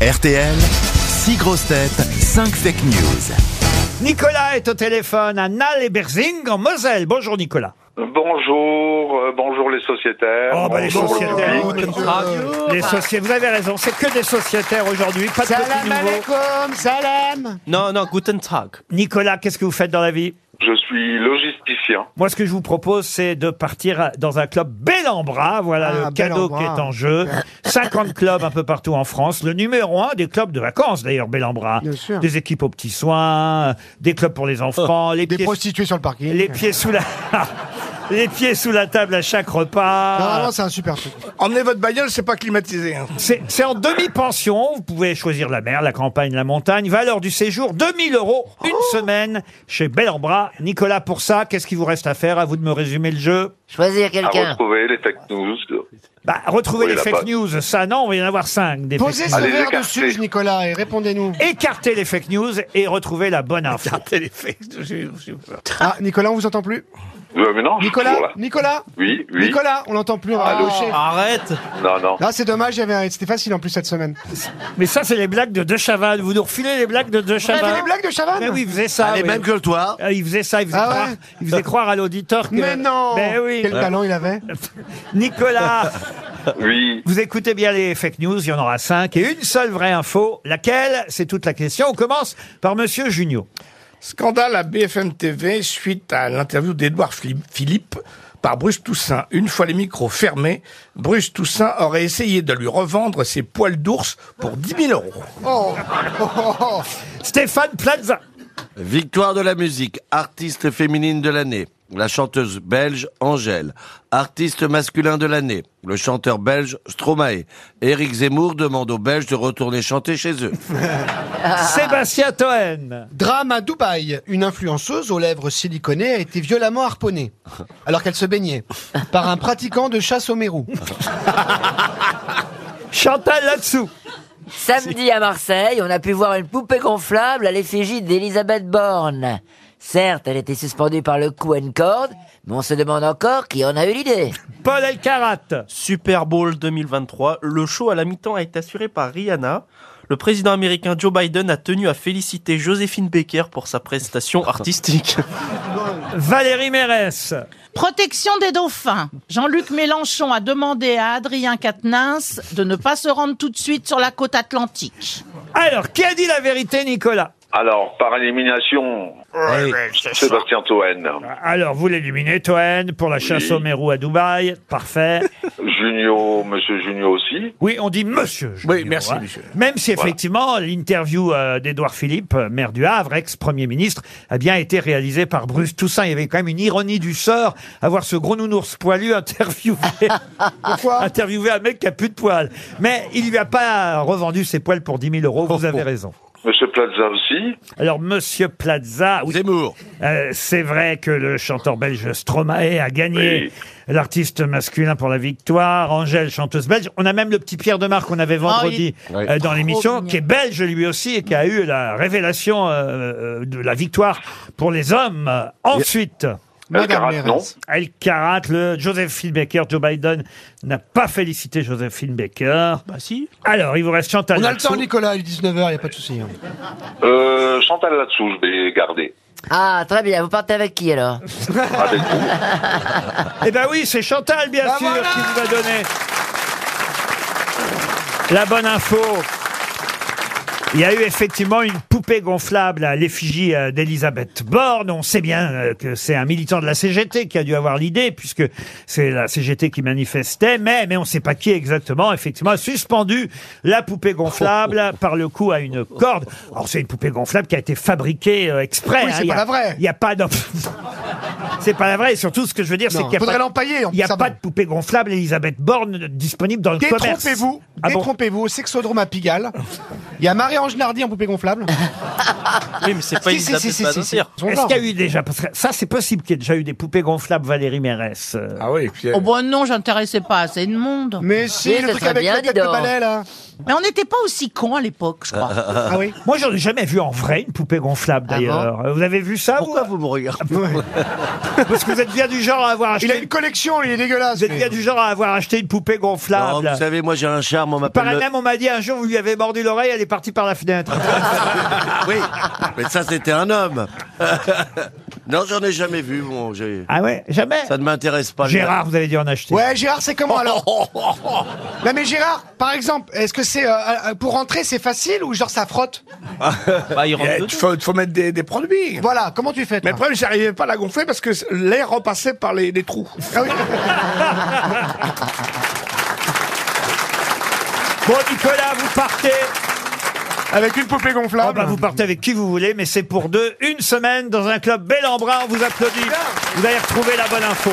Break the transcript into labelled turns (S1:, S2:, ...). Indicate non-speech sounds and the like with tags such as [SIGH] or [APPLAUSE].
S1: RTL, 6 grosses têtes, 5 fake news.
S2: Nicolas est au téléphone à Nal et Berzing en Moselle. Bonjour Nicolas.
S3: Bonjour, euh, bonjour les sociétaires.
S2: Oh, bah, les
S3: bonjour le
S2: sociétaires.
S3: public.
S2: Les sociétés, vous avez raison, c'est que des sociétaires aujourd'hui, pas de petits
S4: Salam
S2: nouveaux.
S4: alaikum, salam
S5: Non, non, Guten Tag.
S2: Nicolas, qu'est-ce que vous faites dans la vie
S3: Je suis logisticien.
S2: Moi, ce que je vous propose, c'est de partir à- dans un club bel en bras. Voilà
S4: Ah,
S2: le cadeau
S4: Bel
S2: qui
S4: en Bras.
S2: est en jeu.
S4: [LAUGHS]
S2: 50 clubs un peu partout en France. Le numéro un des clubs de vacances, d'ailleurs, bel en bras.
S4: Bien sûr. Oh,
S2: Des équipes aux petits soins, euh, des clubs pour les enfants, les,
S4: Des
S2: pieds,
S4: prostituées sur le parking.
S2: les pieds sous la... [LAUGHS] Les pieds sous la table à chaque repas.
S4: Non, vraiment, c'est un super truc.
S6: Emmenez votre bagnole, c'est pas climatisé. hein.
S2: C'est c'est en demi-pension. Vous pouvez choisir la mer, la campagne, la montagne. Valeur du séjour 2000 euros une
S4: Oh
S2: semaine chez Bel en Bras. Nicolas, pour ça, qu'est-ce qu'il vous reste à faire À vous de me résumer le jeu.
S7: Choisir
S3: À
S7: quelqu'un.
S3: retrouver les fake news.
S2: Bah, retrouver
S3: Oui,
S2: les
S3: la
S2: fake
S3: bonne.
S2: news, ça non, on va y en avoir cinq. Des fake
S4: Posez ce
S2: news.
S3: Allez,
S4: verre
S3: écartez.
S4: dessus, Nicolas,
S2: [LAUGHS]
S4: et répondez-nous.
S2: Écartez les fake news et retrouver la bonne info.
S6: Regardez les faces de Jules, s'il vous plaît.
S4: Ah, Nicolas, on vous entend plus
S3: Euh, mais non, je suis toujours
S4: Nicolas
S3: là.
S4: Nicolas
S3: Oui, oui.
S4: Nicolas, on l'entend plus, on va
S3: Allô
S4: raccrocher.
S5: Arrête
S3: Non, non.
S4: Là, c'est dommage, il y avait un- c'était facile en plus cette semaine.
S2: Mais ça, c'est les blagues de De Chavannes. Vous nous refilez les blagues de De
S4: T'as fait les
S2: Chavannes
S4: blagues de Chavannes
S2: Mais Ben oui, il faisait ça.
S1: Allez,
S2: oui.
S1: même que toi.
S2: Euh, Il faisait ça, il faisait,
S4: Ah
S2: croire,
S4: ouais
S2: il faisait croire à l'auditeur que...
S4: Mais non
S2: Ben oui.
S4: Quel talent il avait
S2: Nicolas Ah.
S3: Oui.
S2: Vous écoutez bien les fake news, il y en aura cinq et une seule vraie info. Laquelle C'est toute la question. On commence par Monsieur Junio.
S6: Scandale à BFM TV suite à l'interview d'Edouard Philippe- Philippe par Bruce Toussaint. Une fois les micros fermés, Bruce Toussaint aurait essayé de lui revendre ses poils d'ours pour 10 000 euros.
S4: Oh, oh, oh, oh.
S2: Stéphane Plaza.
S1: Victoire de la musique, artiste féminine de l'année. La chanteuse belge Angèle. Artiste masculin de l'année. Le chanteur belge Stromae. Éric Zemmour demande aux Belges de retourner chanter chez eux.
S2: Sébastien Toen.
S4: Drame à Dubaï. Une influenceuse aux lèvres siliconées a été violemment harponnée, alors qu'elle se baignait, par un pratiquant de chasse au mérou.
S2: Chantal là-dessous.
S7: Samedi à Marseille, on a pu voir une poupée gonflable à l'effigie d'Elisabeth Borne. Certes, elle était suspendue par le cou à une corde, mais on se demande encore qui en a eu l'idée.
S2: Paul Elkarat.
S5: Super Bowl 2023, le show à la mi-temps a été assuré par Rihanna. Le président américain Joe Biden a tenu à féliciter Joséphine Baker pour sa prestation
S4: [LAUGHS]
S5: artistique.
S2: Valérie Mérès.
S8: Protection des dauphins. Jean-Luc Mélenchon a demandé à Adrien Quatennens de ne pas se rendre tout de suite sur la côte atlantique.
S2: Alors, qui a dit la vérité, Nicolas
S3: Alors, par élimination, Sébastien Toen,
S2: Alors, vous l'éliminez, Toen, pour la chasse au Mérou à Dubaï. Parfait.
S3: Junio, Monsieur Junio aussi.
S2: Oui, on dit monsieur. Junio,
S6: Oui, merci,
S2: hein.
S6: monsieur.
S2: Même si, effectivement, l'interview euh, d'Édouard Philippe, euh, maire du Havre, ex-premier ministre, a bien été réalisée par Bruce Toussaint. Il y avait quand même une ironie du sort à voir ce gros nounours poilu interviewé. Pourquoi Interviewé un mec qui a plus de poils. Mais il lui a pas revendu ses poils pour 10 000 euros.
S6: Oh.
S2: Vous avez raison.
S3: Monsieur Plaza aussi.
S2: Alors, monsieur Plaza, oui,
S1: Zemmour.
S2: euh, c'est vrai que le chanteur belge Stromae a gagné
S3: Oui.
S2: l'artiste masculin pour la victoire. Angèle, chanteuse belge. On a même le petit Pierre de Marc qu'on avait vendredi
S1: Ah, il est
S2: euh, dans l'émission,
S8: mignon.
S2: qui est belge lui aussi et qui a eu la révélation euh, euh, de la victoire pour les hommes. Ensuite.
S3: Elkarat,
S4: Mérez.
S3: non.
S2: El Karat, le Josephine Baker, Joe Biden n'a pas félicité Josephine Baker.
S5: bah si.
S2: Alors, il vous reste Chantal.
S4: On a le
S2: Latsou.
S4: temps, Nicolas, il est 19h, il n'y a pas de souci. hein.
S3: Euh, Chantal là-dessous, je vais garder.
S7: Ah, très bien, vous partez avec qui alors
S3: Avec vous.
S2: Eh ben oui, c'est Chantal, bien
S4: Bah
S2: sûr,
S4: voilà
S2: qui nous a donné la bonne info. Il y a eu effectivement une poupée gonflable à l'effigie euh, d'Elisabeth Borne. On sait bien euh, que c'est un militant de la CGT qui a dû avoir l'idée, puisque c'est la CGT qui manifestait, mais, mais on ne sait pas qui exactement, effectivement, a suspendu la poupée
S4: Oh,
S2: gonflable par le cou à une corde. Alors c'est une poupée gonflable qui a été fabriquée euh, exprès.
S4: Oui, c'est
S2: hein, il y
S4: pas
S2: a-
S4: la vraie.
S2: Il n'y a pas... non, [LAUGHS] c'est pas la vraie, et surtout ce que je veux dire, c'est
S4: Non,
S2: qu'il n'y a
S4: faudrait
S2: pas...
S4: l'empailler. en
S2: Il n'y a
S4: plus, ça
S2: pas
S4: va.
S2: de poupée gonflable Elisabeth Borne euh, disponible dans le commerce.
S4: Détrompez-vous,
S2: Ah bon
S4: détrompez-vous, au Sexodrome à Pigalle. Il y a Marie-Ange Nardi en poupée gonflable.
S5: Oui, mais c'est pas
S4: Si, si,
S5: Elisabeth
S4: si, si, si, si.
S5: Badinter.
S4: Son
S2: Est-ce
S4: genre.
S2: qu'il y a eu déjà parce que ça c'est possible qu'il y ait déjà eu des poupées gonflables Valérie Mérès. euh.
S6: Ah oui, puis,
S8: Oh bon non, j'intéressais pas assez de monde.
S4: Mais si,
S7: Oui,
S4: le
S7: ça
S4: truc
S7: serait
S4: avec hein.
S7: bien,
S4: la tête
S7: dis
S4: de
S7: donc.
S4: balai, là.
S8: Mais on n'était pas aussi cons à l'époque, je crois.
S4: Ah oui
S2: Moi j'en ai jamais vu en vrai une poupée gonflable
S7: Ah bon
S2: d'ailleurs. Euh, vous avez vu ça
S1: Pourquoi
S2: vous
S1: vous me regardez
S2: [LAUGHS] Parce que vous êtes bien du genre à avoir
S6: Il a
S2: acheté.
S6: une collection, il est dégueulasse.
S2: Vous êtes bien du genre à avoir acheté une poupée
S1: Non,
S2: gonflable.
S1: Oh, vous savez, moi j'ai un charme, on
S2: Par
S1: m'appelle.
S2: un
S1: le- Ah.
S2: homme, on m'a dit un jour, vous lui avez mordu l'oreille, elle est partie par la fenêtre.
S1: Oui, mais ça c'était un homme. [LAUGHS] non, j'en ai jamais vu. Bon, j'ai-
S2: ah ouais, jamais.
S1: ça ne m'intéresse pas. le-
S2: Gérard, vous avez dû en acheter.
S4: Ouais, Gérard, c'est
S2: [LAUGHS]
S4: comment alors Non mais Gérard, par exemple, est-ce que c'est euh, euh, pour rentrer c'est facile ou genre ça frotte
S5: Bah, il
S4: Eh,
S5: rentre
S6: Il
S5: dedans.
S6: eh, faut, faut mettre des, des produits.
S4: Voilà, comment tu fais toi
S6: Mais le problème, j'arrivais pas à la gonfler parce que l'air repassait par les, les trous.
S4: Ah oui.
S2: Bon, Nicolas, vous partez.
S6: Avec une poupée
S2: Oh,
S6: gonflable.
S2: bah, vous partez avec qui vous voulez, mais c'est pour deux. Une semaine dans un club Bellambra. On vous applaudit. Vous allez retrouver la bonne info.